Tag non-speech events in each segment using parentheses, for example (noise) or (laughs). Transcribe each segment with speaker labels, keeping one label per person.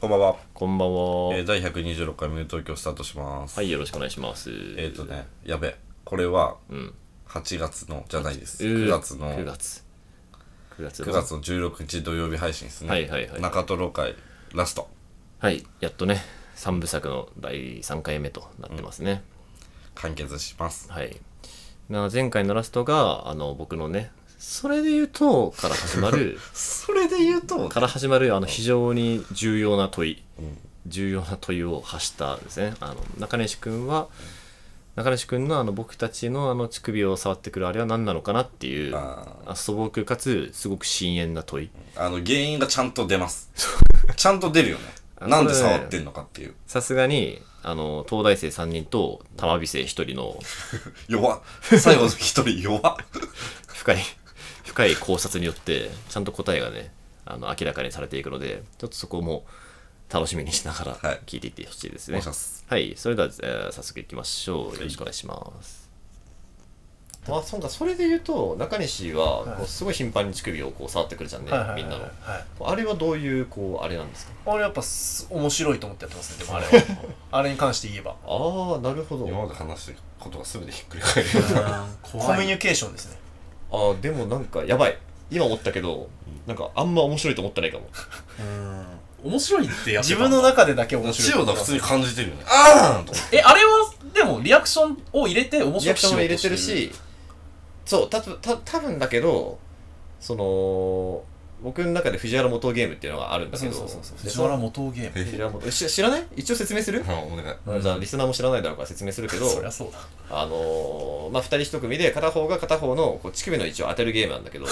Speaker 1: こんばんは。
Speaker 2: こんばんは。
Speaker 1: えー、第126回目の東京スタートします。
Speaker 2: はい、よろしくお願いします。
Speaker 1: えっ、とね、やべ、これは
Speaker 2: うん。
Speaker 1: 8月の、じゃないです。
Speaker 2: うー
Speaker 1: 9月の、
Speaker 2: 9
Speaker 1: 9
Speaker 2: 月。9月の。
Speaker 1: 月の16日土曜日配信ですね。
Speaker 2: はいはいはい
Speaker 1: 中トロ会ラスト。
Speaker 2: はい、やっとね、3部作の第3回目となってますね。
Speaker 1: 完結し
Speaker 2: (laughs)
Speaker 1: ます。
Speaker 2: はい。な前回のラストが、あの、僕のね、それで言うと、から始まる、
Speaker 1: それで言うと、
Speaker 2: から始まる、あの、非常に重要な問い、
Speaker 1: うん
Speaker 2: 重要な問いを発したんですね。あの、中西くんは、中西くんのあの、僕たちのあの、乳首を触ってくるあれは何なのかなっていう、
Speaker 1: あー
Speaker 2: あ素朴かつ、すごく深淵な問い。
Speaker 1: あの、原因がちゃんと出
Speaker 2: (laughs)
Speaker 1: ます。ちゃんと出るよね。
Speaker 2: あ
Speaker 1: なんで
Speaker 2: それ
Speaker 1: 触ってんのかっていう。
Speaker 2: さすがにあの東大生3人と玉美生1人の
Speaker 1: 弱っ。最後の一人弱っ。 (laughs)
Speaker 2: 深い深い考察によってちゃんと答えがねあの明らかにされていくのでちょっとそこも楽しみにしながら
Speaker 1: はい
Speaker 2: 聞いていってほしいです
Speaker 1: お願
Speaker 2: ね
Speaker 1: いします。
Speaker 2: はい、それでは、えー早速いきましょうよろしくお願いします、まあ、そうかそれで言うと中西は
Speaker 3: はい
Speaker 2: こうすごい頻繁に乳首をこう触ってくるじゃんね、
Speaker 3: はいはいはい
Speaker 2: み
Speaker 3: はい
Speaker 2: んなの
Speaker 3: はい
Speaker 2: あれはどういうこうあれなんですか
Speaker 3: あれやっぱす面白いと思ってやってますねでもあれは (laughs) あれに関して言えば
Speaker 2: ああなるほど
Speaker 1: 今まで話してることが全てひっくり返る。
Speaker 3: コミュニケーションですね
Speaker 2: あーでもなんかやばい今思ったけどなんかあんま面白いと思ってないかも
Speaker 4: 面白いってやって
Speaker 3: 自
Speaker 4: た
Speaker 3: 分の中でだけ
Speaker 1: (laughs)
Speaker 3: 面
Speaker 1: 千
Speaker 3: 白い
Speaker 1: 代田普通に感じてるよね。あーんと思って
Speaker 4: えあれはでもリアクションを入れて
Speaker 2: リ
Speaker 4: 面
Speaker 2: アク
Speaker 4: 白く
Speaker 2: ション
Speaker 4: し
Speaker 2: も
Speaker 4: よう
Speaker 2: 入
Speaker 4: と
Speaker 2: れ
Speaker 4: して
Speaker 2: て
Speaker 4: る
Speaker 2: るしそうたぶた多分だけどその僕の中で藤原元ゲームっていうのがあるんだけ
Speaker 4: そ
Speaker 2: ど
Speaker 4: うそうそうそう
Speaker 3: 藤原元ゲーム
Speaker 2: 藤原元し知らない一応説明する、
Speaker 1: (laughs) うんお願い。
Speaker 2: じゃあリスナーも知らないだろうから説明するけど
Speaker 4: そりゃそうだ
Speaker 2: あのーまあ、2人1組で片方が片方のこう乳首の位置を当てるゲームなん
Speaker 3: (laughs)
Speaker 2: だけど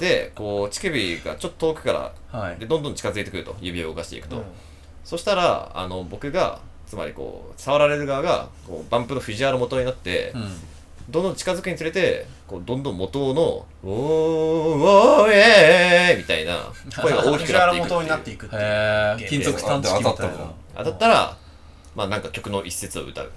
Speaker 2: でこう乳首がちょっと遠くから
Speaker 3: はい
Speaker 2: でどんどん近づいてくると指を動かしていくと、
Speaker 3: うん
Speaker 2: そしたらあの僕がつまりこう触られる側がこうバンプの藤原元になって、
Speaker 3: うん
Speaker 2: どんどん近づくにつれてこうどんどん元の「おーおーえー」みたい
Speaker 3: (laughs)
Speaker 2: な声が大きく
Speaker 3: 藤
Speaker 2: なっ
Speaker 3: 原
Speaker 2: ていくって
Speaker 3: 元になって
Speaker 2: いう
Speaker 3: いくっていう
Speaker 4: へえ
Speaker 3: ー
Speaker 4: 金属探知機み
Speaker 1: 当た
Speaker 4: た
Speaker 1: っ
Speaker 4: い
Speaker 1: たも
Speaker 4: な
Speaker 2: 当
Speaker 4: ん
Speaker 2: たったらまあなんか曲の一節を歌う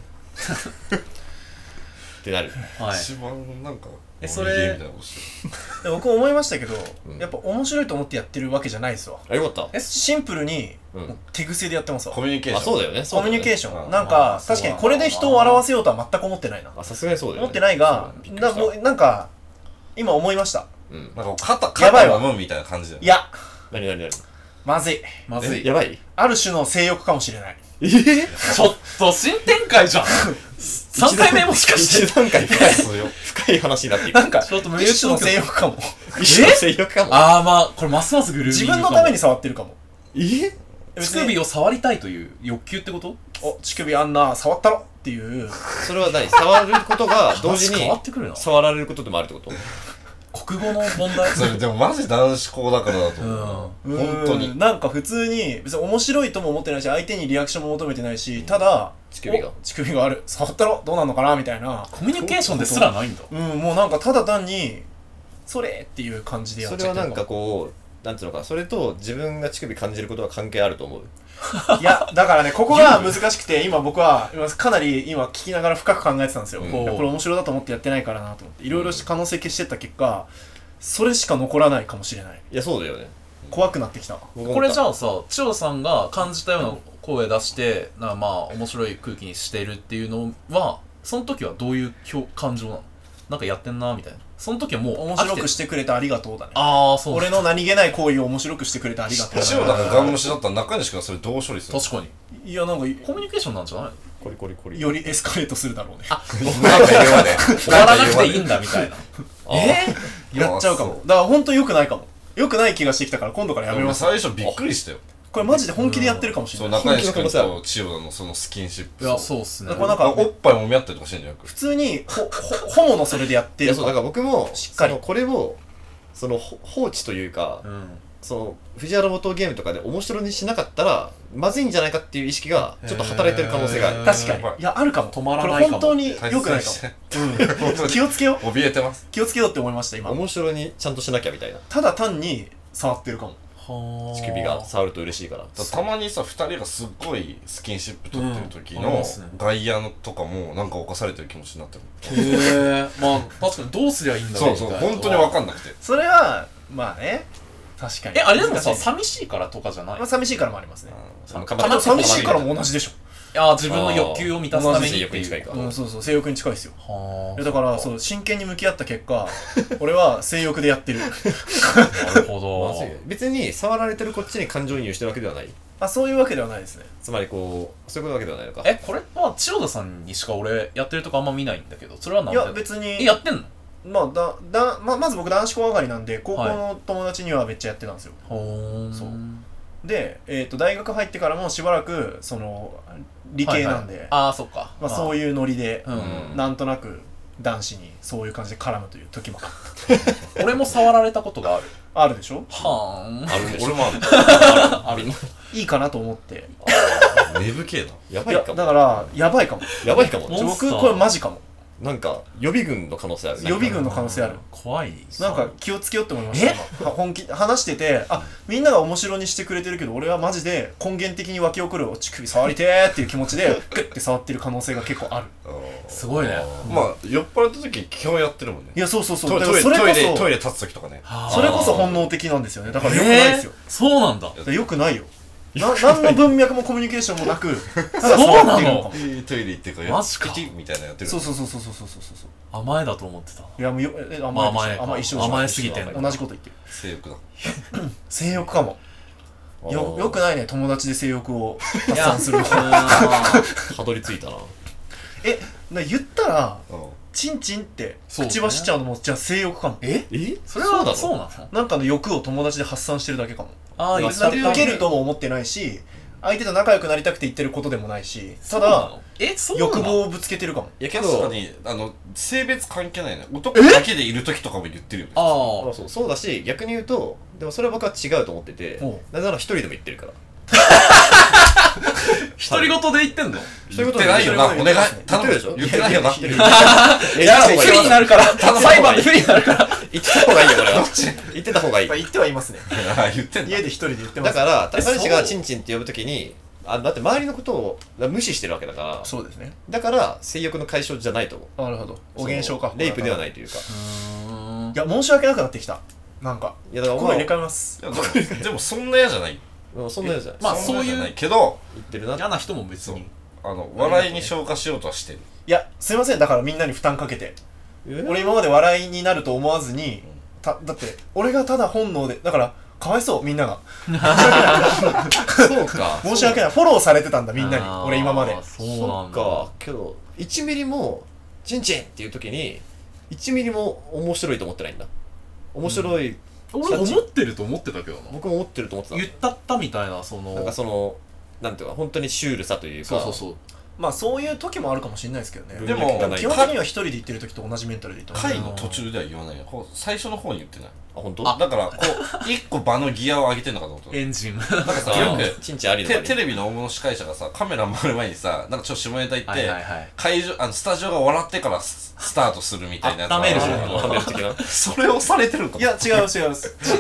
Speaker 2: ってなる
Speaker 4: はい
Speaker 1: 一番なんか
Speaker 3: えそれ
Speaker 1: みたいなことして
Speaker 3: で僕思いましたけど
Speaker 2: うん
Speaker 3: やっぱ面白いと思ってやってるわけじゃないですわ
Speaker 2: あよかった
Speaker 3: えシンプルに
Speaker 2: うん
Speaker 3: もう手癖でやってます
Speaker 1: る
Speaker 3: わ
Speaker 1: コ
Speaker 3: コ
Speaker 1: ミュニケーショ
Speaker 2: あ
Speaker 1: ン
Speaker 2: そうだよねそうだよ
Speaker 3: ミュ
Speaker 2: ね
Speaker 3: ニケーショ
Speaker 1: あ
Speaker 3: ンなん
Speaker 1: あ
Speaker 3: か
Speaker 1: そう
Speaker 3: 確かにこれで人を笑わせようとは全く思ってないな
Speaker 2: あさすがにそうだよね
Speaker 3: 思ってないが
Speaker 2: そうだよね
Speaker 3: な
Speaker 2: びっくり
Speaker 3: もうなんか今思いました
Speaker 2: うん
Speaker 1: なんか肩
Speaker 3: やばい
Speaker 1: 肩
Speaker 3: わ
Speaker 1: を揉むみたいな感じだよ
Speaker 3: い
Speaker 1: ね
Speaker 3: や
Speaker 2: 何何何
Speaker 3: まずい
Speaker 4: まず
Speaker 2: え
Speaker 4: い
Speaker 2: やばい
Speaker 3: ある種の性欲かもしれない
Speaker 2: え
Speaker 4: ちょっと新展開 (laughs) じゃん3回目もしかして (laughs)
Speaker 2: 一段階深い深い話になっていく
Speaker 3: なんか
Speaker 4: ちょっと無
Speaker 3: 一
Speaker 4: 理
Speaker 3: 種の性欲かも
Speaker 2: 一種の性欲かも
Speaker 4: ああまあこれますますグルーミ
Speaker 3: 自
Speaker 4: ングか
Speaker 3: 分の
Speaker 4: も
Speaker 3: ために触ってるかも
Speaker 2: え
Speaker 3: 別
Speaker 4: 乳
Speaker 3: に
Speaker 4: 首を触りたいという欲求ってこと
Speaker 3: お乳首あんな触ったろっ
Speaker 2: (laughs)
Speaker 3: ていう
Speaker 2: それは何触ることが同時
Speaker 4: 話
Speaker 2: に
Speaker 4: 変わってくるな
Speaker 2: 触られることでもあるってこと
Speaker 4: 国語の問題
Speaker 1: それでもマジ男子校だからだと
Speaker 4: うん
Speaker 1: 思う
Speaker 3: うん
Speaker 1: 本当に
Speaker 3: なんか普通に別に面白いとも思ってないし相手にリアクションも求めてないしただ
Speaker 2: 乳首が
Speaker 3: お乳首がある触ったろどうなんのかなみたいな
Speaker 4: コミュニケーションですらないんだ
Speaker 3: うんもうなんかただ単にそれっていう感じでやっ
Speaker 2: そ
Speaker 3: ち
Speaker 2: れ
Speaker 3: ゃ
Speaker 2: は
Speaker 3: って
Speaker 2: な
Speaker 3: る
Speaker 2: んかこうなんていうのかそれと自分が乳首感じることは関係あると思う
Speaker 3: いやだからねここが難しくて今僕は今かなり今聞きながら深く考えてたんですよ、
Speaker 2: うん
Speaker 3: いやこれ面白いだと思ってやってないからなと思っていろいろ可能性消してった結果それしか残らないかもしれない
Speaker 2: いやそうだよね
Speaker 3: 怖くなってきた
Speaker 4: これじ
Speaker 2: ゃ
Speaker 4: ゃあさ千代さんが感じたような声出してなんかまあ面白い空気にしてるっていうのはその時はどういう表感情なのなんかやってんなみたいなその時はもう
Speaker 3: 面白くしててくれてありがとうだね
Speaker 4: ああそう
Speaker 3: 俺の何気ない行為を面白くしてくれてありがとう
Speaker 1: 千代田がガン無視だったら中西君はそれどう処理する
Speaker 4: 確かに
Speaker 3: いやなんか
Speaker 4: コミュニケーションなんじゃないの
Speaker 2: コリコリコリ
Speaker 3: よりエスカレートするだろうね
Speaker 1: なんか言うまで
Speaker 4: (laughs) 終わらなくていいんだみ (laughs) たいな
Speaker 3: え
Speaker 1: ー
Speaker 3: やっちゃうかもだから本当良くないかも良くない気がしてきたから今度からやめ
Speaker 1: 俺
Speaker 3: ます
Speaker 1: 最初びっくりしたよ
Speaker 3: これマジで本気でやってるかもし
Speaker 1: そ
Speaker 3: れ
Speaker 1: う
Speaker 3: ない
Speaker 1: 中西君と千代田のそのスキンシッ
Speaker 4: い
Speaker 1: プ
Speaker 4: やそうっすね
Speaker 3: これなん
Speaker 1: あ
Speaker 3: か
Speaker 1: おっぱい揉み合ったりとかしてんじゃなく
Speaker 3: 普通にほ (laughs) ほホモのそれでやって
Speaker 2: いや
Speaker 3: る
Speaker 2: そうだから僕も
Speaker 3: しっかり
Speaker 2: そのこれをそのほ放置というか、
Speaker 4: うん
Speaker 2: その藤原元ゲームとかで面白にしなかったらまずいんじゃないかっていう意識がちょっと働いてる可能性がある、
Speaker 4: へー
Speaker 3: 確
Speaker 1: やば
Speaker 3: か
Speaker 1: い
Speaker 3: にいやあるかも
Speaker 4: 止まらな
Speaker 3: こ
Speaker 4: いかも
Speaker 3: れ本当に良くないか
Speaker 1: して
Speaker 3: も、うん、 (laughs) 気をつ
Speaker 1: (laughs)
Speaker 3: けよう
Speaker 1: 怯えてます
Speaker 3: 気をつけようって思いました今
Speaker 2: 面白にちゃんとしなきゃみたいな
Speaker 3: ただ単に触ってるかも
Speaker 4: はあ
Speaker 2: 乳首が触ると嬉しいから
Speaker 1: だからたまにさ2人がすっごいスキンシップ取ってる時
Speaker 4: うんあり
Speaker 1: の
Speaker 4: ますね
Speaker 1: 外野のとかもなんか犯されてる気持ちになってる
Speaker 4: へえまあ確かにどうすりゃいいんだろ
Speaker 1: そうそう本当に分
Speaker 4: る
Speaker 1: かんなくて
Speaker 3: それはまあね確かに
Speaker 4: え、あれでもさ、
Speaker 3: 難しい
Speaker 4: 寂しいからとかじゃない
Speaker 3: まあ、寂しいからもありますね
Speaker 1: その
Speaker 4: か
Speaker 1: かま
Speaker 4: まど
Speaker 1: ど
Speaker 3: 寂しいからも同じでしょ
Speaker 4: ああ、自分の欲求を満たすためにっ
Speaker 2: 同じ欲
Speaker 4: て
Speaker 2: に近
Speaker 4: い
Speaker 2: いうか。
Speaker 3: うんそうそう性欲に近いですよ
Speaker 4: はあ
Speaker 3: いやだからそう真剣に向き合った結果 (laughs) 俺は性欲でや (laughs) ってる
Speaker 4: なるほ
Speaker 2: ま
Speaker 4: ど
Speaker 2: ずい。別に触られてるこっちに感情移入してるわけではない
Speaker 3: あそういうわけではないですね
Speaker 2: つまりこうそういうことわけではないのか
Speaker 4: え、これは千代田さんにしか俺やってるとこあんま見ないんだけど、それはないん
Speaker 3: や
Speaker 4: で
Speaker 3: 別
Speaker 4: え、
Speaker 3: に
Speaker 4: やってんの
Speaker 3: まあだだまあまず僕男子校上がりなんで高校の友達にはめっちゃやってたんですよ、
Speaker 4: ほーん。
Speaker 3: そうで、えー、と大学入ってからもしばらくその理系なんで、
Speaker 4: はいはいああ、そっか。
Speaker 3: まあ、そう
Speaker 4: いう。
Speaker 3: いうノリで、
Speaker 4: うん。
Speaker 3: なんとなく男子にそういう感じで絡むという時も
Speaker 4: 俺も触られたことがある。
Speaker 3: あるでしょ
Speaker 4: はーん。
Speaker 1: ある俺もある
Speaker 2: ある
Speaker 3: いいかなと思って
Speaker 1: ウェブ系だ
Speaker 2: や
Speaker 3: い
Speaker 2: ばい
Speaker 3: や
Speaker 2: か
Speaker 3: だ
Speaker 2: も
Speaker 3: からやばいかも
Speaker 2: やばいかも
Speaker 4: モンスタ
Speaker 3: 僕
Speaker 4: ー
Speaker 3: これマジかも
Speaker 2: なんか予備軍の可能性ある
Speaker 3: 予備軍の可能性ある
Speaker 4: 怖い。
Speaker 3: なんか気をつけようって思いました今は本気話しててあみんなが面白にしてくれてるけど俺はマジで根源的に湧き起こるお乳首触りてーっていう気持ちでグッて触ってる可能性が結構ある
Speaker 4: すごいね。
Speaker 1: まあ酔っ払った時基本やってるもんね
Speaker 3: いやそうそうそ
Speaker 1: ト
Speaker 3: う
Speaker 1: イ
Speaker 3: だから
Speaker 1: レ
Speaker 3: それ
Speaker 1: ト
Speaker 3: こ
Speaker 1: イレトイ
Speaker 3: そ
Speaker 1: レ立つ時とかね
Speaker 3: それこそ本
Speaker 4: 能
Speaker 3: 能的なんですよねだからよくないですよ
Speaker 4: そうなんだ。
Speaker 3: だからよくないよな何の文脈もコミュニケーションもなくただ
Speaker 4: そうな
Speaker 3: 触っ
Speaker 4: の
Speaker 3: てるかも
Speaker 1: えートイレ行ってから
Speaker 4: マジか
Speaker 1: 口みたいなのやってる
Speaker 3: そうそうそうそうそうそうそうそう
Speaker 4: 甘えだと思ってた。
Speaker 3: いやもうよえ甘え,、
Speaker 4: まあ甘えか
Speaker 3: 甘え一緒でしょ
Speaker 4: 甘えすぎてんだ
Speaker 3: 同じこと言ってる
Speaker 1: 性欲だ
Speaker 3: 性欲かも
Speaker 2: あー
Speaker 3: よよくないね友達で性欲を
Speaker 4: い
Speaker 3: 発散す (laughs) るの
Speaker 2: たどり着いたな
Speaker 3: えな言ったら
Speaker 1: うん
Speaker 3: チンチンって
Speaker 4: そうね
Speaker 3: 口走っちゃうのもじゃあ性欲かもえ
Speaker 2: え
Speaker 4: それは
Speaker 2: そ
Speaker 4: そうう
Speaker 2: な
Speaker 4: なの
Speaker 3: なんかの欲を友達で発散してるだけかも
Speaker 4: ああ、
Speaker 3: 別
Speaker 4: 言った
Speaker 3: に受けるとも思ってないし相手と仲良くなりたくて言ってることでもないしただ、
Speaker 4: え、そうなの
Speaker 3: 欲望をぶつけてるかも
Speaker 2: いやけ
Speaker 1: 確か
Speaker 2: ど
Speaker 1: にあの性別関係ないね男だけでいる時とかも言ってるよね
Speaker 2: ま
Speaker 4: あ
Speaker 2: あそうそうだし逆に言うとでもそれは僕は違うと思ってて
Speaker 3: おう
Speaker 2: なぜなら一人でも言ってるから
Speaker 4: あ、独り言で言ってんの
Speaker 1: 言ってないよな
Speaker 3: そういうこと
Speaker 1: お
Speaker 3: で
Speaker 1: 願い
Speaker 2: 言っ
Speaker 1: 頼
Speaker 2: て
Speaker 1: む
Speaker 2: る
Speaker 1: で
Speaker 2: で
Speaker 1: し
Speaker 2: しょ
Speaker 1: ょ言ってないよな
Speaker 2: 言 (laughs) ってるえや
Speaker 4: 不利にな
Speaker 2: る
Speaker 3: (laughs)
Speaker 4: るから、
Speaker 2: 頼む
Speaker 4: 裁判で不利になるから。
Speaker 2: 言ってた方がいいよ俺は言ってた方がいい
Speaker 3: まあ言ってはいますね
Speaker 1: あ (laughs) 言ってんだ
Speaker 3: 家で一人で言ってま
Speaker 2: だ
Speaker 3: す
Speaker 2: から彼氏
Speaker 4: そ
Speaker 2: が
Speaker 4: う
Speaker 2: チンチンって呼ぶときにあだって周りのことを無視してるわけだから
Speaker 3: そうですね
Speaker 2: だから性欲の解消じゃないと思う
Speaker 3: なるほどお減少か
Speaker 2: そのレイプではいないというか
Speaker 4: うん
Speaker 3: い。や申し訳なくなってきたなんか
Speaker 2: いやだからお
Speaker 3: 声
Speaker 2: 前
Speaker 3: 入れ替えます
Speaker 1: いやでもでもそんな嫌じゃない
Speaker 2: うんそんなやつじゃない
Speaker 4: まあ
Speaker 1: そんな嫌じゃ
Speaker 4: そう
Speaker 1: ないいけど
Speaker 2: 言ってるな
Speaker 4: 嫌な人も別
Speaker 1: そう
Speaker 4: に。
Speaker 1: あの笑いに消化しようとはしてる
Speaker 3: いやすいませんだからみんなに負担かけて
Speaker 2: え
Speaker 3: 俺今まで笑いになると思わずにただって俺がただ本能でだからかわいそうみんなが
Speaker 2: そうか
Speaker 3: 申し訳ないフォローされてたんだみんな
Speaker 4: あー
Speaker 3: に俺今まで
Speaker 4: そう
Speaker 2: そ
Speaker 4: なん
Speaker 2: っ
Speaker 4: だ。
Speaker 2: かけど1ミリもチンチンっていう時に1ミリも面白いと思ってないんだ面白い、
Speaker 4: 俺思ってると思ってたけどな。
Speaker 2: 僕も思ってると思ってたの
Speaker 4: 言ったったみたいな、その。
Speaker 2: なんかそのなんていうか本当にシュールさというか
Speaker 4: そうそうそう。
Speaker 3: まあそういう時もあるかもしれないですけどね
Speaker 2: 文
Speaker 1: で
Speaker 3: で
Speaker 1: も
Speaker 3: も
Speaker 2: 脈がない
Speaker 3: 基本的には一人で行ってる時と同じメンタルでいた
Speaker 1: 会の途中では言わないよこう最初の方に言ってない
Speaker 2: あ本当
Speaker 4: あ
Speaker 1: だからこう一個場のギアを上げてんのかと思った
Speaker 4: エンジン。
Speaker 1: なんかさ
Speaker 2: あ
Speaker 1: よ
Speaker 2: よ
Speaker 1: く
Speaker 2: くチンチンありの
Speaker 1: テ
Speaker 2: か
Speaker 1: テレビの大物司会者がさカメラ回る前にさなんかちょっと下ネタ行っ
Speaker 4: はいはい
Speaker 1: て
Speaker 3: (laughs)
Speaker 4: はい。
Speaker 1: 会場あのスタジオが笑ってからススタートするみたいなやつ
Speaker 4: 温めるじゃん
Speaker 1: あ
Speaker 2: カメラ的な
Speaker 1: るそれをされてるのか
Speaker 3: いや違う違う
Speaker 4: ちん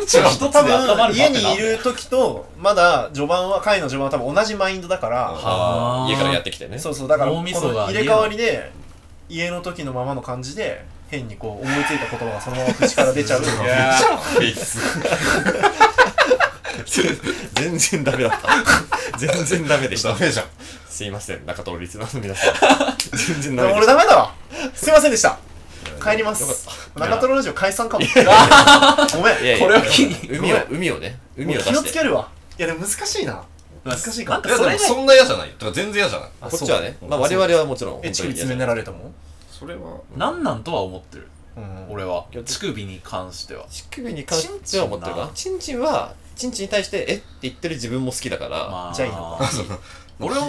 Speaker 4: ちん一つで
Speaker 3: 多
Speaker 4: 温ま
Speaker 3: 分
Speaker 4: る
Speaker 3: 家にいる時とまだ序盤は会の序盤は多分同じマインドだから
Speaker 2: あ
Speaker 4: あー
Speaker 2: ー家からやってきてね
Speaker 3: そうそうだからこ
Speaker 4: 脳
Speaker 3: の
Speaker 4: みそが
Speaker 3: 入れ替わりで家の時のままの感じで変にこう思いついた言葉がそのまま口から出ちゃ
Speaker 2: (laughs)
Speaker 3: う
Speaker 4: いやー
Speaker 1: フェイス
Speaker 2: 全然ダメだった全然ダメでした
Speaker 1: ダメじゃん
Speaker 2: すいません中トロリスナーの皆さん全然ダメで
Speaker 3: 俺
Speaker 2: した
Speaker 3: ダメだわすいませんでした帰り
Speaker 2: よ
Speaker 3: ま
Speaker 2: か
Speaker 3: す
Speaker 2: った
Speaker 3: 中トロラジオ解散かもごめん
Speaker 2: いやいや
Speaker 4: これを機に
Speaker 2: 海を海をね
Speaker 3: も
Speaker 2: 海
Speaker 3: う
Speaker 2: を出
Speaker 3: 気を
Speaker 2: し
Speaker 3: つ
Speaker 2: て
Speaker 3: けるわいやでも難しいな難しいか
Speaker 4: なん
Speaker 1: い
Speaker 4: か
Speaker 1: や
Speaker 4: そ
Speaker 1: で
Speaker 4: れ
Speaker 1: も
Speaker 4: ね
Speaker 1: そんな嫌じゃないよとか全然嫌じゃない
Speaker 2: こっちはねまあ
Speaker 3: そう
Speaker 2: 我々はもちろん本当
Speaker 3: え
Speaker 2: に
Speaker 3: 乳首
Speaker 2: 嫌
Speaker 3: 爪
Speaker 2: じゃ
Speaker 3: め
Speaker 2: ない
Speaker 3: られたもん
Speaker 1: それは
Speaker 4: なんなんとは思ってる。
Speaker 3: うん
Speaker 4: 俺は
Speaker 2: いや。
Speaker 4: 乳首に関しては。
Speaker 2: 乳首に関しては思ってるかなチンチンはチンチンに対してえって言ってる自分も好きだから、あ
Speaker 4: まあ。
Speaker 3: じゃあいい
Speaker 4: (laughs)
Speaker 3: の
Speaker 1: 俺も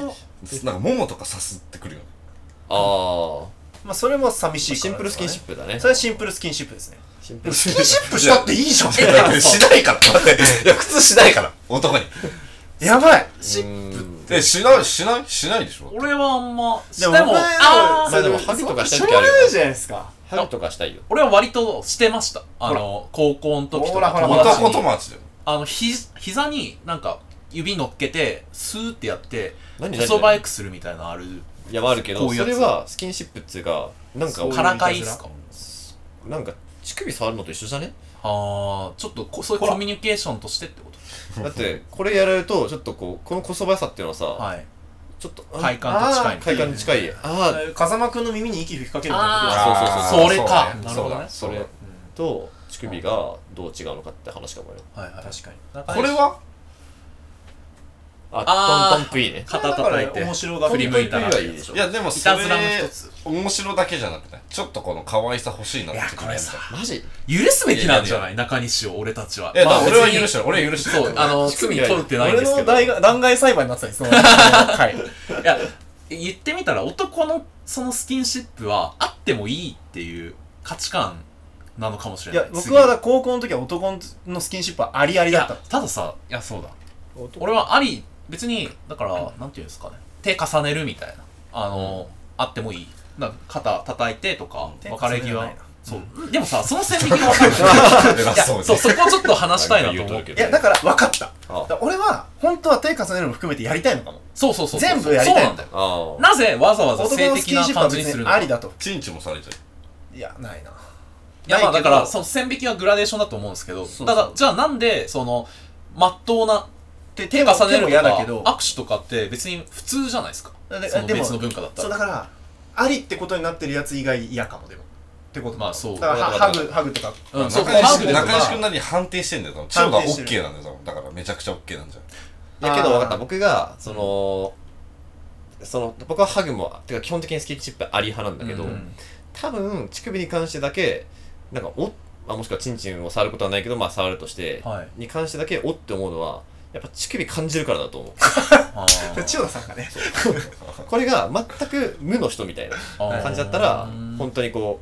Speaker 1: なんか桃とかさすってくるよね
Speaker 2: あー
Speaker 3: まあそれも寂しい
Speaker 2: シンプルスキンシッ
Speaker 3: プ
Speaker 2: プだね
Speaker 3: それはシンプルスキンシップですね
Speaker 2: シンプル
Speaker 3: スキンシップしたっていいじゃん
Speaker 1: しないからだっていや普通しないから男に
Speaker 3: やばい
Speaker 2: シップって
Speaker 1: えしないしないしないでしょ
Speaker 4: 俺はあんま、して
Speaker 3: でも
Speaker 4: も、
Speaker 3: 僕は
Speaker 4: あー
Speaker 2: まあでもハグとかしたい時あるよ
Speaker 3: しょうがないじゃないですか
Speaker 2: ハグとかしたいよ
Speaker 4: 俺は割としてました。あの、高校の時と
Speaker 3: ほ
Speaker 4: から
Speaker 3: ほら
Speaker 4: 友達
Speaker 1: 男
Speaker 4: に。
Speaker 1: 友達だよ
Speaker 4: あの、ひ、膝になんか指乗っけて、スーってやって、
Speaker 2: 何
Speaker 4: 細バイクするみたいなのある。
Speaker 2: いやまああるけど
Speaker 4: こういう
Speaker 2: そ
Speaker 4: やつ
Speaker 2: れはスキンシップっつうかなんか
Speaker 3: そう
Speaker 4: からかいっすか
Speaker 2: なんか乳首触るのと一緒じゃね
Speaker 4: ああちょっとこそういう
Speaker 2: ほら
Speaker 4: コミュニケーションとしてってこと
Speaker 2: だってこれやられるとちょっとこうこのこそばやさっていうのはさ、
Speaker 4: はい
Speaker 2: ちょっとあ
Speaker 4: 快感と近いの
Speaker 2: 快感に近いああ
Speaker 3: 風間くんの耳に息吹きかけるみたいなこと
Speaker 2: あー
Speaker 1: そうそうそう
Speaker 4: それか
Speaker 1: そうね
Speaker 4: なるほどね
Speaker 1: そうだ
Speaker 2: それ
Speaker 1: そう
Speaker 2: と乳首がどう違うのかって話かもよ
Speaker 4: はいはい
Speaker 3: だ確かに
Speaker 1: だこれは
Speaker 2: あ
Speaker 4: あー
Speaker 2: トントンプいいね
Speaker 4: 肩叩い
Speaker 3: だから
Speaker 4: て
Speaker 3: 面白が
Speaker 4: 振り向いたら
Speaker 2: トントンプイはいいでしょ
Speaker 1: いやでも
Speaker 4: い
Speaker 1: そ
Speaker 4: た
Speaker 1: れ
Speaker 4: ずらの一つ
Speaker 1: 面白だけじゃなくてちょっとこの可愛さ欲しいなっ
Speaker 4: い
Speaker 1: て
Speaker 4: や
Speaker 1: ちょっと
Speaker 4: こ
Speaker 1: ね
Speaker 4: れさ
Speaker 2: マジ
Speaker 4: 許すべきなんじゃない中西を俺たちはい
Speaker 1: やだ
Speaker 4: まあ
Speaker 1: から俺は
Speaker 4: 別に
Speaker 1: 許してる俺は許してる
Speaker 4: そうあの罪取るってないんで
Speaker 3: 俺
Speaker 4: すけ
Speaker 3: の
Speaker 4: ど
Speaker 3: 大が弾劾裁判になってたん
Speaker 4: (laughs)
Speaker 3: ですよ、そのはい。
Speaker 4: いや言ってみたら男のそのスキンシップはあってもいいっていう価値観なのかもしれ
Speaker 3: い
Speaker 4: ない
Speaker 3: や、僕はだから高校の時は男のスキンシップはありあり
Speaker 4: い
Speaker 3: だっ
Speaker 4: や
Speaker 3: た。
Speaker 4: たださいやそうだ俺はあり別にだからなんていうんですかね手重ねるみたいなあの、あってもいいなんか肩叩いてとか
Speaker 3: 手
Speaker 4: 別れ
Speaker 3: 重ねはない
Speaker 4: 際
Speaker 3: な
Speaker 4: そう、でもさその線引きが分かるいや
Speaker 1: 偉そう
Speaker 4: そうそこをちょっと話したいなと思
Speaker 2: 言
Speaker 4: う
Speaker 2: うとるけ
Speaker 3: い
Speaker 2: ど
Speaker 3: や、だから分かった。だ
Speaker 2: あ
Speaker 3: から俺は、本当は手重ねるのも含めてやりたいのかも。
Speaker 4: そうそうそうそう
Speaker 3: 全部やりたい
Speaker 4: そうなんだよ
Speaker 2: ああ
Speaker 4: なぜわざわざ
Speaker 3: 男
Speaker 4: 性
Speaker 3: のス
Speaker 4: 的
Speaker 3: キン
Speaker 4: な
Speaker 3: シップは
Speaker 4: 感じ
Speaker 3: 別
Speaker 4: にする
Speaker 3: に
Speaker 4: のか
Speaker 3: ありだと。
Speaker 1: チンチもされちゃう
Speaker 3: いや、ないな。
Speaker 4: いやまあ
Speaker 3: ない
Speaker 4: だ
Speaker 3: けど
Speaker 4: からその線引きはグラデーションだと思うんですけど
Speaker 2: そう
Speaker 4: ただじゃあなんでそのまっとうな
Speaker 3: 手
Speaker 4: 手重ねると
Speaker 3: 嫌だ
Speaker 4: か
Speaker 3: けど。
Speaker 4: 握手とかって別に普通じゃないですか
Speaker 3: で
Speaker 4: その
Speaker 3: でも
Speaker 4: 別の文化だった
Speaker 3: そう
Speaker 4: ら
Speaker 3: だからありってことになってるやつ以外嫌かもでもってこと
Speaker 4: まあそう
Speaker 3: だからはハ
Speaker 2: だから
Speaker 3: グハグとか
Speaker 4: うんそう
Speaker 1: 中
Speaker 4: ハ
Speaker 1: 西
Speaker 4: グ
Speaker 1: 君
Speaker 4: と
Speaker 1: 中西君
Speaker 4: か
Speaker 1: 何判定してんだよ多分チロが
Speaker 3: 判定して
Speaker 1: OK なんだよ多分だからめちゃくちゃ OK なんじゃん
Speaker 2: いやけど
Speaker 3: あー
Speaker 2: 分かった僕がその、その僕はハグもてか基本的にスキンシップあり派なんだけど、
Speaker 4: うんうん
Speaker 2: 多分乳首に関してだけなんかお、まあ、もしくはチンチンを触ることはないけどまあ触るとして、
Speaker 3: (laughs)
Speaker 4: はい
Speaker 2: に関してだけおって思うのはやっぱ乳首感じるからだと思う (laughs)
Speaker 4: あー
Speaker 3: 千代田さんがね
Speaker 2: これが全く無の人みたいな
Speaker 4: あー
Speaker 2: 感じだったら
Speaker 4: うん
Speaker 2: 本当にこ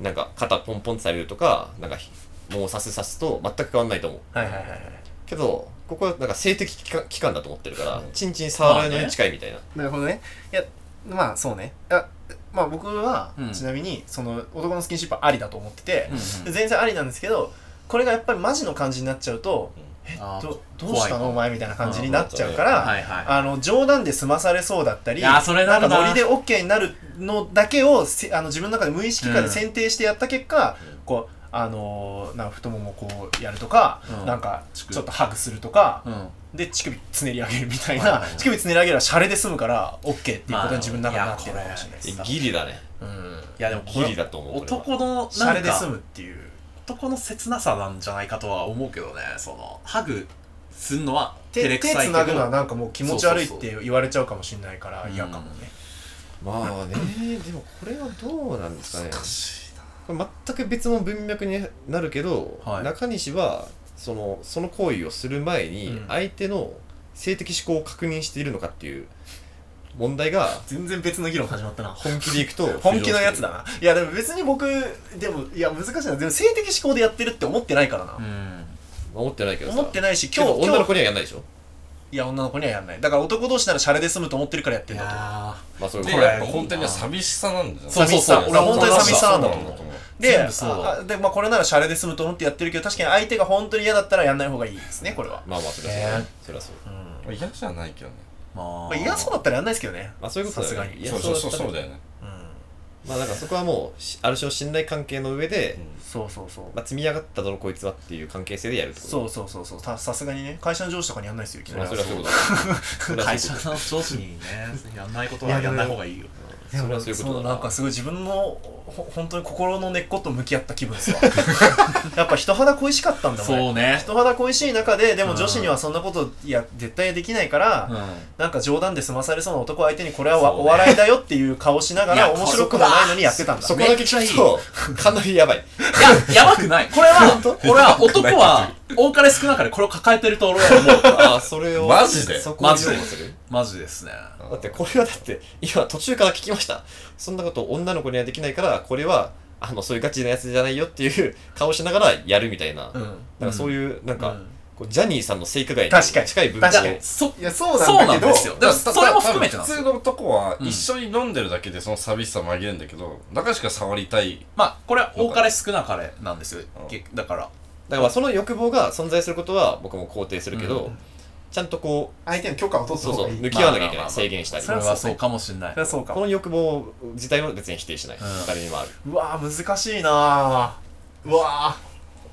Speaker 2: うなんか肩ポンポンってされるとかなんかひもうさすさすと全く変わんないと思う
Speaker 3: はいはいはいはい
Speaker 2: けどここはなんか性的器官器官だと思ってるからチンチン触られるのに近いみたいな、
Speaker 3: なるほどねいやまあそうねあまあ僕は、
Speaker 4: うん
Speaker 3: ちなみにその男のスキンシップはありだと思ってて
Speaker 4: うん、うん
Speaker 3: 全然ありなんですけどこれがやっぱりマジの感じになっちゃうと
Speaker 4: あー
Speaker 3: どどうしたのお
Speaker 4: 怖い
Speaker 3: 前みたいな感じになっちゃうから、
Speaker 4: はいはい
Speaker 3: あの冗談で済まされそうだったり
Speaker 4: いやーそれな
Speaker 3: な
Speaker 4: るなん
Speaker 3: かノリで OK になるのだけをせあの自分の中で無意識化
Speaker 4: う
Speaker 3: で
Speaker 4: ん
Speaker 3: 選定してやった結果、
Speaker 1: うん
Speaker 3: こうあのーなんか太ももをこうやるとか、
Speaker 4: うん
Speaker 3: なんか
Speaker 4: 乳
Speaker 3: ち
Speaker 4: 首
Speaker 3: ょっとハグするとか、
Speaker 4: うん
Speaker 3: で乳首つねり上げるみたい
Speaker 4: はい
Speaker 3: な、
Speaker 4: はいはい
Speaker 3: 乳首つねり上げればシャレで済むから OK っていうこと
Speaker 4: まあ
Speaker 3: に自分の中でなってるかもしれない
Speaker 4: い
Speaker 3: で
Speaker 4: や
Speaker 3: す
Speaker 4: こ。
Speaker 2: ギリだね
Speaker 4: うんいやでもこ
Speaker 2: ギリ
Speaker 4: れ
Speaker 2: だと思うこれは
Speaker 4: 男の
Speaker 3: シャ
Speaker 4: な
Speaker 3: レ
Speaker 4: ん
Speaker 3: で済
Speaker 4: か
Speaker 3: むっていう
Speaker 4: 男の切なさなんじゃないかとは思うけどねそのハグするのは
Speaker 3: 手
Speaker 4: 照れく
Speaker 3: 手
Speaker 4: さい
Speaker 3: つ
Speaker 4: け
Speaker 3: なぐのは
Speaker 4: ど
Speaker 3: なんかもう気持ち悪いっ
Speaker 4: そうそう
Speaker 3: て言われちゃうかもしれないから嫌かもね、
Speaker 2: まあねでもこれはどうなんですかね
Speaker 1: しいな
Speaker 2: これ全く別の文脈になるけど、
Speaker 4: はい
Speaker 2: 中西はそのその行為をする前に
Speaker 3: うん
Speaker 2: 相手の性的思考を確認しているのかっていう問題が
Speaker 3: 全然別の議論始まったな
Speaker 2: 本気でいくと
Speaker 3: (laughs) 本気のやつだないやでも別に僕でもいや難しいなでも性的思考でやってるって思ってないからな、
Speaker 4: うん
Speaker 2: 思ってないけどさ
Speaker 3: 思ってないし
Speaker 2: 今
Speaker 3: 今
Speaker 2: 日
Speaker 3: 日
Speaker 2: 女の
Speaker 3: 今
Speaker 2: 子に
Speaker 3: 日
Speaker 2: はやんないでしょ
Speaker 3: いや女の子にはやんないだから男同士ならシャレで済むと思ってるからやって
Speaker 4: い
Speaker 3: んだと思う
Speaker 4: や
Speaker 2: まあそういう
Speaker 1: で
Speaker 2: こと
Speaker 1: やっぱ本当には寂しさなんじゃない
Speaker 4: そう
Speaker 3: 寂しさ
Speaker 4: そう
Speaker 3: 俺は本当に寂しさなんだと
Speaker 1: そ
Speaker 3: 思
Speaker 1: う
Speaker 3: う
Speaker 1: 思う
Speaker 3: で
Speaker 4: 全部そうだ
Speaker 3: ああで、まあ、これならシャレで済むと思ってやってるけど確かに相手が本当に嫌だったらやんない方がいいですねこれは、
Speaker 2: まあまあそれはそうだね、それはそう
Speaker 3: うん
Speaker 1: まあ嫌じゃないけどね
Speaker 4: ま
Speaker 3: まあ、嫌そうだったらやんないですけどね
Speaker 2: まあそういうことだよ
Speaker 3: さすが
Speaker 2: ね
Speaker 3: に
Speaker 2: いや
Speaker 1: そうそうそうそう
Speaker 2: だ
Speaker 1: だ
Speaker 2: よ
Speaker 1: よね
Speaker 3: うん
Speaker 2: まあだからそこはもうしある種の信頼関係の上で、
Speaker 3: そうそうそう
Speaker 2: まあ、積み上がったぞこいつはっていう関係性でやるってこと
Speaker 3: そうそうそうそうたさすがにね会社の上司とかにやんないですよいきな
Speaker 2: まあそ
Speaker 3: り
Speaker 2: れはそういうことだ
Speaker 4: 会社の上司にねやんないことはやんない方がいいよ
Speaker 2: それはそういうことだ
Speaker 3: なんかすごい自分のほ本当に心の根っこと向き合った気分ですわ (laughs) やっぱ人肌恋しかったんだもん
Speaker 4: そうね
Speaker 3: 人肌恋しい中でで
Speaker 4: う
Speaker 3: も
Speaker 4: ん
Speaker 3: 女子にはそんなこといや絶対できないから、
Speaker 4: う
Speaker 3: なんか冗談で済まされそうな男相手にこれはわ、
Speaker 2: そうね
Speaker 3: お笑いだよっていう顔しなが
Speaker 4: いや
Speaker 3: ら面白くもないのにやってたんだ
Speaker 2: そこだけ聞くとかなりやばい
Speaker 4: んいややばくないこれは俺は男は多かれ少なかれこれを抱えてると俺は思う
Speaker 2: ああそれ
Speaker 3: (laughs)
Speaker 2: を
Speaker 1: マジで
Speaker 2: そこを
Speaker 4: マジで
Speaker 2: 擁護する
Speaker 4: マジですね
Speaker 2: だってこれはだって今途中から聞きましたそんなこと女の子にはできないからこれはあのそういうガチなやつじゃないよっていう顔しながらやるみたいな、
Speaker 3: うん
Speaker 2: なんかそういうなんか、
Speaker 3: うん
Speaker 2: こうジャニーさんの性加害に
Speaker 3: 確かに
Speaker 2: 近い部分
Speaker 3: 確
Speaker 2: を
Speaker 3: かに
Speaker 4: そ
Speaker 3: いやそう
Speaker 4: そう
Speaker 3: な
Speaker 4: なんん
Speaker 3: だ
Speaker 4: で
Speaker 3: け
Speaker 4: す
Speaker 3: ど
Speaker 4: よでもそれも含めてなんで
Speaker 1: 普通
Speaker 4: すよ
Speaker 1: の男は
Speaker 4: うん
Speaker 1: 一緒に飲んでるだけでその寂しさ紛れるんだけど中しか触りたい
Speaker 4: まあこれは多かれ少なかれなんですよけだから
Speaker 2: だからその欲望が存在することは僕も肯定するけど、
Speaker 4: う
Speaker 2: ちゃんとこ
Speaker 3: 相手の許可を取
Speaker 2: う
Speaker 3: っ
Speaker 2: そ
Speaker 3: た
Speaker 2: う
Speaker 3: 方
Speaker 2: そう
Speaker 3: がいい
Speaker 2: 抜き合わなきゃいけ
Speaker 4: ま
Speaker 2: ない
Speaker 4: あまあまあまあ
Speaker 2: 制限したり
Speaker 4: それはそうかもしれない
Speaker 3: そりゃそうか
Speaker 2: この欲望自体も別に否定しない、
Speaker 4: うん
Speaker 2: 誰にもある
Speaker 3: うわー難しいなーうわ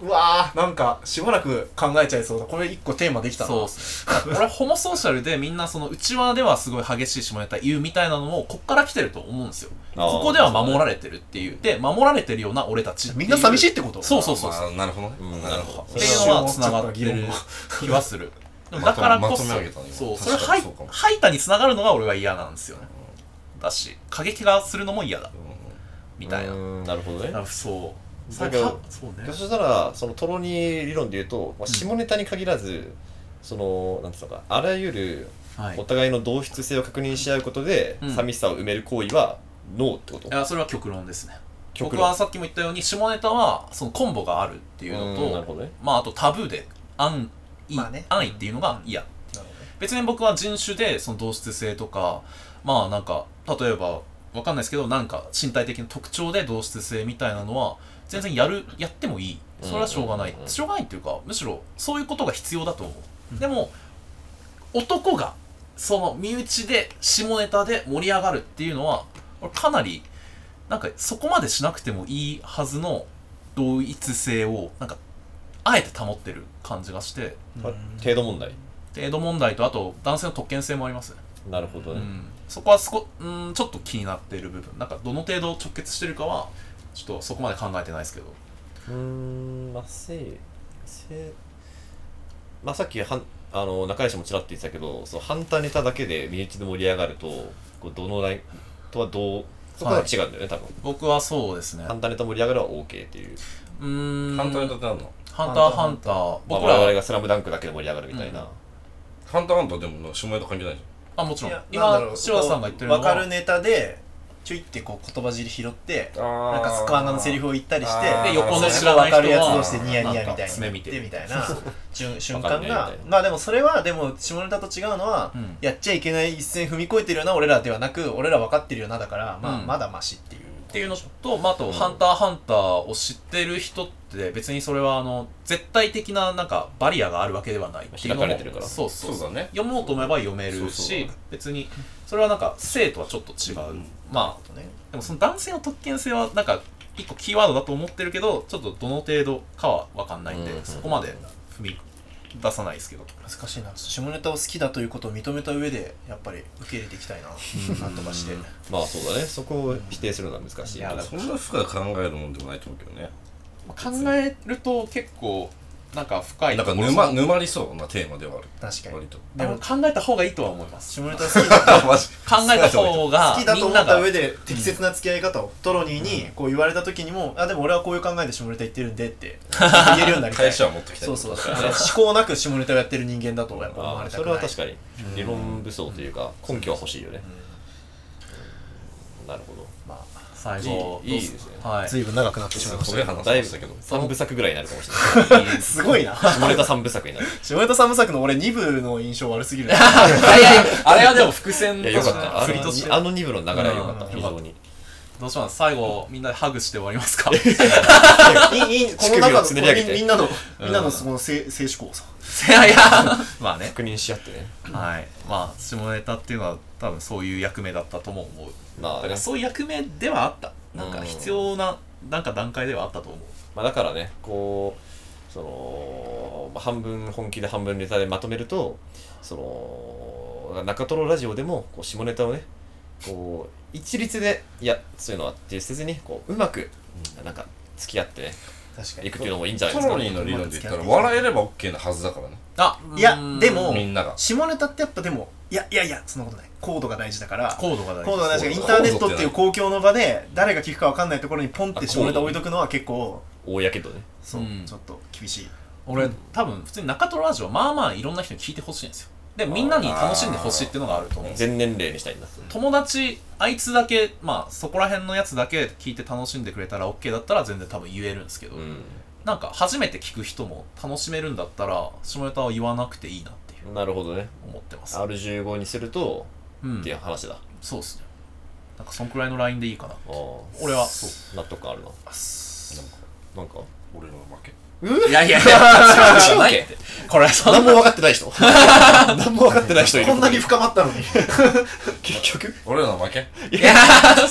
Speaker 3: うわーなんかしばらく考えちゃいそうだこれ一個テーマできたな
Speaker 4: そうっすね俺ホモソーシャルでみんなその内輪ではすごい激しい下ネタ言うみたいなのもこっから来てると思うんですよ
Speaker 2: あー
Speaker 4: ここでは守られてるっていうで守られてるような俺たちっていう
Speaker 3: みんな寂しいってこと
Speaker 4: そうそうそうそう
Speaker 1: まあなるほどね、うん、なるほど
Speaker 4: っていうのはつながってる気はするでもだからこそ
Speaker 1: まとめ上げたね今
Speaker 4: そうそ
Speaker 1: 確
Speaker 4: れ
Speaker 1: か
Speaker 4: は
Speaker 1: に
Speaker 4: い
Speaker 1: そうかも
Speaker 4: 吐いたにつながるのが俺は嫌なんですよねだし過激化するのも嫌だみたいな
Speaker 2: うーんなるほどね
Speaker 4: あそう
Speaker 2: だけど
Speaker 4: はそうね
Speaker 2: ひょっとしたらそのトロニー理論で言うと、まあ、下ネタに限らず、そのなんつうのかあらゆる
Speaker 4: はい
Speaker 2: お互いの同質性を確認し合うことで、
Speaker 4: うん
Speaker 2: 寂しさを埋める行為はノーってこと
Speaker 4: いやそれは極論ですね
Speaker 2: 極
Speaker 4: 僕
Speaker 2: 論
Speaker 4: はさっきも言ったように下ネタはそのコンボがあるっていうの
Speaker 2: うんなる
Speaker 4: と
Speaker 2: ほどね
Speaker 4: まああとタブーで安易,、
Speaker 3: まあね
Speaker 4: 安易っていうのが嫌
Speaker 3: なるほどね
Speaker 4: 別に僕は人種でその同質性とかまあなんか例えばわかんないですけどなんか身体的な特徴で同質性みたいなのは全然やるやってもいいそれはしょうがない、
Speaker 2: うんうんうん
Speaker 4: しょうがないっていうかむしろそういうことが必要だと思う、でも男がその身内で下ネタで盛り上がるっていうのは俺かなりなんかそこまでしなくてもいいはずの同一性をなんかあえて保ってる感じがして
Speaker 2: まあ程度問題
Speaker 4: 程度問題とあと男性の特権性もありますね
Speaker 2: なるほど
Speaker 4: う
Speaker 2: ね、
Speaker 4: ん、そこはすこうんちょっと気になっている部分なんかどの程度直結してるかはちょっとそこまで考えてないですけど
Speaker 2: うーんまあ性性まあさっきはんあの仲良しもちらっと言ってたけどそう反対ネタだけで身内で盛り上がるとこうどのラインとはどうそこは違うんだよね、多分
Speaker 4: 僕はそうですね
Speaker 2: 反対ネタ盛り上がるは OK っていう、
Speaker 4: うーん
Speaker 1: 反対だってあるの
Speaker 4: ハンターハンター
Speaker 2: まあ、
Speaker 4: 僕
Speaker 2: 我々
Speaker 4: ら
Speaker 2: が「スラムダンクだけで盛り上がるみたいな、
Speaker 4: うん
Speaker 1: 反対反対でも下ネタ関係ないじ
Speaker 4: あもちろ
Speaker 3: い
Speaker 4: ん
Speaker 3: やなんだろ
Speaker 4: 今
Speaker 3: う
Speaker 4: 塩田さんが言ってるのは
Speaker 3: こうわかるネタでちょいってこう言葉尻拾って
Speaker 1: ゃんあ
Speaker 3: なんかスカーナのセリフを言ったりして
Speaker 1: あー
Speaker 4: で
Speaker 1: よ
Speaker 4: 横の知
Speaker 3: それ
Speaker 4: ら
Speaker 3: が
Speaker 4: ない
Speaker 3: 分
Speaker 4: 人
Speaker 3: か
Speaker 4: は
Speaker 3: るやつ同士でニヤニヤみ
Speaker 4: なん
Speaker 3: た
Speaker 4: か
Speaker 3: いに
Speaker 4: 爪見て
Speaker 3: でみたいな瞬瞬
Speaker 2: わか
Speaker 3: 間
Speaker 2: んないみ
Speaker 3: が
Speaker 2: たいな
Speaker 3: まあでもそれはでも下ネタと違うのは、
Speaker 4: うん
Speaker 3: やっちゃいけない一線踏み越えてるような俺らではなく俺ら分かってるようなだから、まあ
Speaker 4: うん
Speaker 3: まだマシっていう
Speaker 4: っていうのと、まあ、あと「ハンターハンター」を知ってる人って別にそれはあの絶対的ななんかバリアがあるわけではないっていうのも
Speaker 2: 開かれてるから
Speaker 4: そうそう
Speaker 1: そうだね
Speaker 4: 読もうと思えば読める
Speaker 1: そう
Speaker 4: し
Speaker 1: そう
Speaker 4: 別にそれはなんか性とはちょっと違う、
Speaker 1: うん
Speaker 4: まあ
Speaker 3: ことね
Speaker 4: でもその男性の特権性はなんか一個キーワードだと思ってるけどちょっとどの程度かは分かんないんで、
Speaker 2: うん
Speaker 4: そこまで踏み出さないですけど
Speaker 3: 難しいな下ネタを好きだということを認めた上でやっぱり受け入れていきたいななんとかして
Speaker 2: まあそうだねそこを否定するのは難しい
Speaker 3: いやだ
Speaker 1: そんな深く考えるもんでもないと思うけどね
Speaker 4: 考えると結構なんか深い
Speaker 1: なんか
Speaker 4: ところ
Speaker 1: 沼沼りそうなテーマではある
Speaker 3: 確かに
Speaker 1: 割と
Speaker 4: でも考えた方がいいとは思い (laughs) ます
Speaker 3: 下ネタ好きだ
Speaker 1: (laughs) マジ
Speaker 4: 考えた方が
Speaker 3: 好きだ
Speaker 4: み
Speaker 3: と
Speaker 4: ん
Speaker 3: 思
Speaker 4: な
Speaker 3: った
Speaker 4: が
Speaker 3: 上で適切な付き合い方をトロニーにこう言われた時にも、あでも俺はこういう考えで下ネタ言ってるんでって言えるようになり
Speaker 4: (laughs)
Speaker 3: たい
Speaker 1: 会社は持ってきたい
Speaker 3: そうそうそう思考なく下ネタをやってる人間だとやっぱ思わ
Speaker 2: あ
Speaker 3: れ
Speaker 2: ー
Speaker 3: たく
Speaker 2: それ
Speaker 3: ない
Speaker 2: は確かに理論武装というか根拠は欲しいよね、うんなるほど
Speaker 3: ま
Speaker 4: 最後
Speaker 2: いいいい
Speaker 4: どう
Speaker 2: ですね
Speaker 4: は
Speaker 3: あ
Speaker 4: い
Speaker 3: 随分長くなってしまいま
Speaker 1: す
Speaker 3: した
Speaker 1: ごい話しま
Speaker 2: だいぶ
Speaker 1: したけど
Speaker 2: 3部作ぐらいになるかもし
Speaker 3: けどすごいな
Speaker 2: れない下ネタ3部作になる
Speaker 3: 下ネタ寒作の俺2部の印象悪すぎ (laughs) るな
Speaker 4: あれはでも伏線
Speaker 2: い
Speaker 4: と
Speaker 2: や
Speaker 4: し
Speaker 2: よか
Speaker 4: て
Speaker 2: ったあ
Speaker 4: 振りとして
Speaker 2: のあの2部の流れはよかった
Speaker 4: うん
Speaker 2: 非常に
Speaker 4: どうします最後みんなでハグして終わりますか
Speaker 3: いいいいこ
Speaker 2: 乳
Speaker 3: の中
Speaker 2: 首を
Speaker 3: の
Speaker 2: つねり上げて
Speaker 3: みんなのみんなのその性性思考さ
Speaker 4: いやいやまあね
Speaker 2: 確認し合ってね
Speaker 4: はいまあ下ネタっていうのは多分そういう役目だったとも思う
Speaker 2: ま
Speaker 4: だ
Speaker 2: あ
Speaker 4: か
Speaker 2: ね
Speaker 4: らそういう役目ではあったなんか必要ななんか段階ではあったと思う
Speaker 2: まあだからねこうそのまあ半分本気で半分ネタでまとめるとその中トロラジオでもこう下ネタをねこう一律でいやそういうのはってせずにこううまくなんか付き合ってね
Speaker 3: 確か
Speaker 2: いくっていうのもいいんじゃないで
Speaker 1: ト
Speaker 2: すか
Speaker 1: ロニーの理論で言ったら笑えれば OK なはずだからね
Speaker 4: あ
Speaker 3: いやでも
Speaker 1: みんなが
Speaker 3: 下ネタってやっぱでもいやいやいやそんなことないコードが大事だから
Speaker 4: コードが大事
Speaker 3: コードが大事だ
Speaker 1: コ
Speaker 3: か
Speaker 1: ー
Speaker 3: らイ
Speaker 1: ド
Speaker 3: ンターネットっていう公共の場で誰が聞くか分かんないところにポンって下ネタ置いとくのは結構
Speaker 2: 大やけどね
Speaker 3: そう、
Speaker 4: うん
Speaker 3: ちょっと厳しい
Speaker 4: 俺多分普通に中トロラジオはまあまあいろんな人に聞いてほしいんですよでみんなに楽しんでほしいっていうのがあると思う
Speaker 2: 全年齢にしたいんだ
Speaker 4: 友達あいつだけまあそこら辺のやつだけ聞いて楽しんでくれたら OK だったら全然多分言えるんですけど、
Speaker 2: う
Speaker 4: なんか初めて聞く人も楽しめるんだったら下ネタは言わなくていいなっていうん
Speaker 2: なるほどね
Speaker 4: 思ってます、
Speaker 2: R15 にすると
Speaker 4: うん
Speaker 2: っていう話だ
Speaker 4: そうですねなんかそんくらいのラインでいいかな
Speaker 2: あー
Speaker 4: 俺は
Speaker 2: 納得感あるな
Speaker 1: なんか
Speaker 2: なんか
Speaker 1: 俺の負け
Speaker 4: いやいやいや、
Speaker 2: 違う
Speaker 4: 違う
Speaker 2: わ
Speaker 4: ない
Speaker 2: け
Speaker 4: って。これはそ
Speaker 2: 何
Speaker 4: んな、
Speaker 2: も分かってな
Speaker 5: (laughs)
Speaker 2: い人何も分かってない人いる
Speaker 5: こんなに深まったのに。
Speaker 2: (laughs) 結局
Speaker 1: 俺らの負け
Speaker 4: いや
Speaker 2: 勝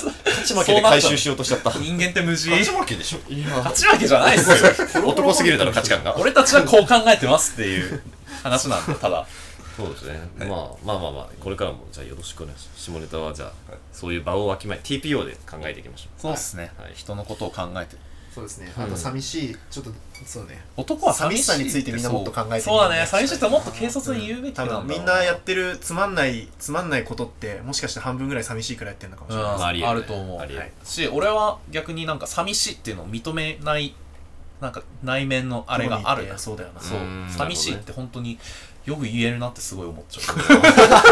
Speaker 2: ち負けで回収しようとしちゃった
Speaker 4: 人間って無事。
Speaker 1: 勝ち負けでしょ
Speaker 2: いや
Speaker 4: 勝ち負けじゃないですよ。 (laughs)
Speaker 2: 男すぎるだろ価値観が
Speaker 4: 俺たちはこう考えてますっていう話なんで、ただ。
Speaker 2: そうですね、まあまあまあまあこれからもじゃあよろしくお願いします下ネタはじゃあ、そういう場をわきまえ TPO で考えていきましょう
Speaker 4: そうですね
Speaker 2: はい
Speaker 4: 人のことを考えて。
Speaker 5: そうですね。あと寂しい、ちょっと、そうね。
Speaker 4: 男は
Speaker 5: 寂しさについてみんなもっと考えてみる
Speaker 4: そうそうだね寂しいってもっと軽率に言うべきな
Speaker 3: 多
Speaker 4: んだろう
Speaker 3: 分みんなやってるつまんないつまんないことってもしかして半分ぐらい寂しいからやってるのかもしれない、
Speaker 4: うん
Speaker 2: まあありえね
Speaker 4: あると思う
Speaker 2: ありえ
Speaker 3: はい
Speaker 4: し俺は逆になんか寂しいっていうのを認めないなんか内面のあれがあ
Speaker 3: ト
Speaker 4: る
Speaker 3: ニーってそうだよな
Speaker 4: そう
Speaker 2: うーん
Speaker 4: 寂しいって本当によく言えるなってすごい思っちゃう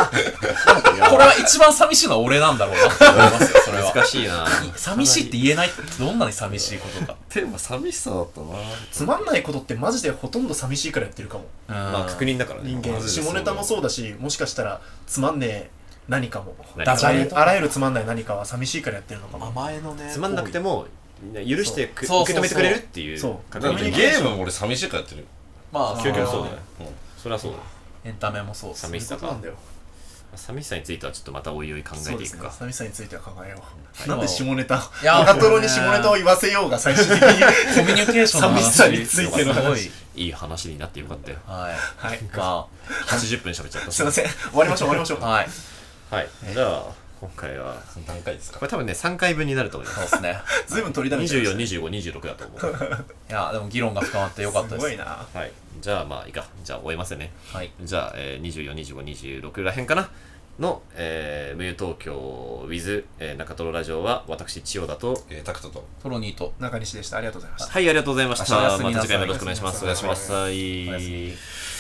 Speaker 2: いや
Speaker 4: これは一番寂しいのは俺なんだろうなって思いますよそれは
Speaker 2: 難しい (laughs) な
Speaker 4: 寂しいって言えないってどんなに寂しいことか
Speaker 1: テーマ寂しさだったな
Speaker 3: つまんないことってマジでほとんど寂しいからやってるかも
Speaker 2: まあ確認だからね
Speaker 3: 人
Speaker 1: マ
Speaker 3: 間
Speaker 1: ジでそう
Speaker 3: 下ネタもそうだしもしかしたらつまんねえ何かも
Speaker 2: 何
Speaker 4: ダ
Speaker 3: あ
Speaker 4: ジ
Speaker 3: ら
Speaker 4: ャ
Speaker 3: ゆ
Speaker 4: レ
Speaker 3: あらゆるつまんない何かは寂しいからやってるのかも
Speaker 4: 前のね
Speaker 2: つまんなくて
Speaker 4: も
Speaker 2: もみんな許してく
Speaker 4: そう
Speaker 2: 受け止めてくれるっていう
Speaker 3: そう
Speaker 2: 確
Speaker 1: だっ
Speaker 2: 認
Speaker 1: てゲームも俺寂しいからやってるよ
Speaker 4: まあ
Speaker 2: 究極そうだ
Speaker 4: ね
Speaker 2: よそれはそうだ
Speaker 4: エンタメもそうっす
Speaker 2: 寂しさ
Speaker 3: そう
Speaker 2: か
Speaker 3: なんだよ
Speaker 2: 寂しさについてはちょっとまたおいおい考
Speaker 3: そ
Speaker 2: え
Speaker 3: う
Speaker 2: て
Speaker 3: で
Speaker 2: い
Speaker 3: す
Speaker 2: く
Speaker 3: ね
Speaker 2: か
Speaker 3: 寂しさについては考えよ
Speaker 4: は
Speaker 3: う
Speaker 4: い
Speaker 3: なんで下ネタ
Speaker 4: いや
Speaker 3: 中トロに下ネタを言わせようが最終的 (laughs) に
Speaker 4: コミュニケーションの
Speaker 3: 寂
Speaker 4: 話
Speaker 3: しさについての話
Speaker 4: すごい
Speaker 2: いい話になってよかったよ
Speaker 4: はい
Speaker 3: はい
Speaker 4: ま
Speaker 2: 80分喋っちゃった
Speaker 3: すいません終わりましょう終わりましょう
Speaker 4: あはい
Speaker 2: はいじゃあ今回は
Speaker 1: 何回ですか
Speaker 2: これ多分ね3回分になると思いま
Speaker 4: そう
Speaker 2: す
Speaker 4: ですね
Speaker 3: ずいぶん取りだめちゃいました
Speaker 2: 242526だと思う
Speaker 4: いやでも議論が深まってよかったです
Speaker 3: ご
Speaker 4: す
Speaker 3: いな
Speaker 2: はいじゃあまあいいかじゃあ終えますね
Speaker 4: はい
Speaker 2: じゃあ、えー、242526らへんかなの、えー、無友東京 with、えー、中トロラジオは私千代田と
Speaker 1: えータクトと
Speaker 4: トロニーと
Speaker 3: 中西でしたありがとうございました
Speaker 2: はいありがとうございました
Speaker 4: おやすみ
Speaker 2: ま
Speaker 4: な
Speaker 2: た
Speaker 4: さい
Speaker 2: 次回もよろしくお願いします
Speaker 1: おやすみな
Speaker 2: お願いします
Speaker 4: おやすみ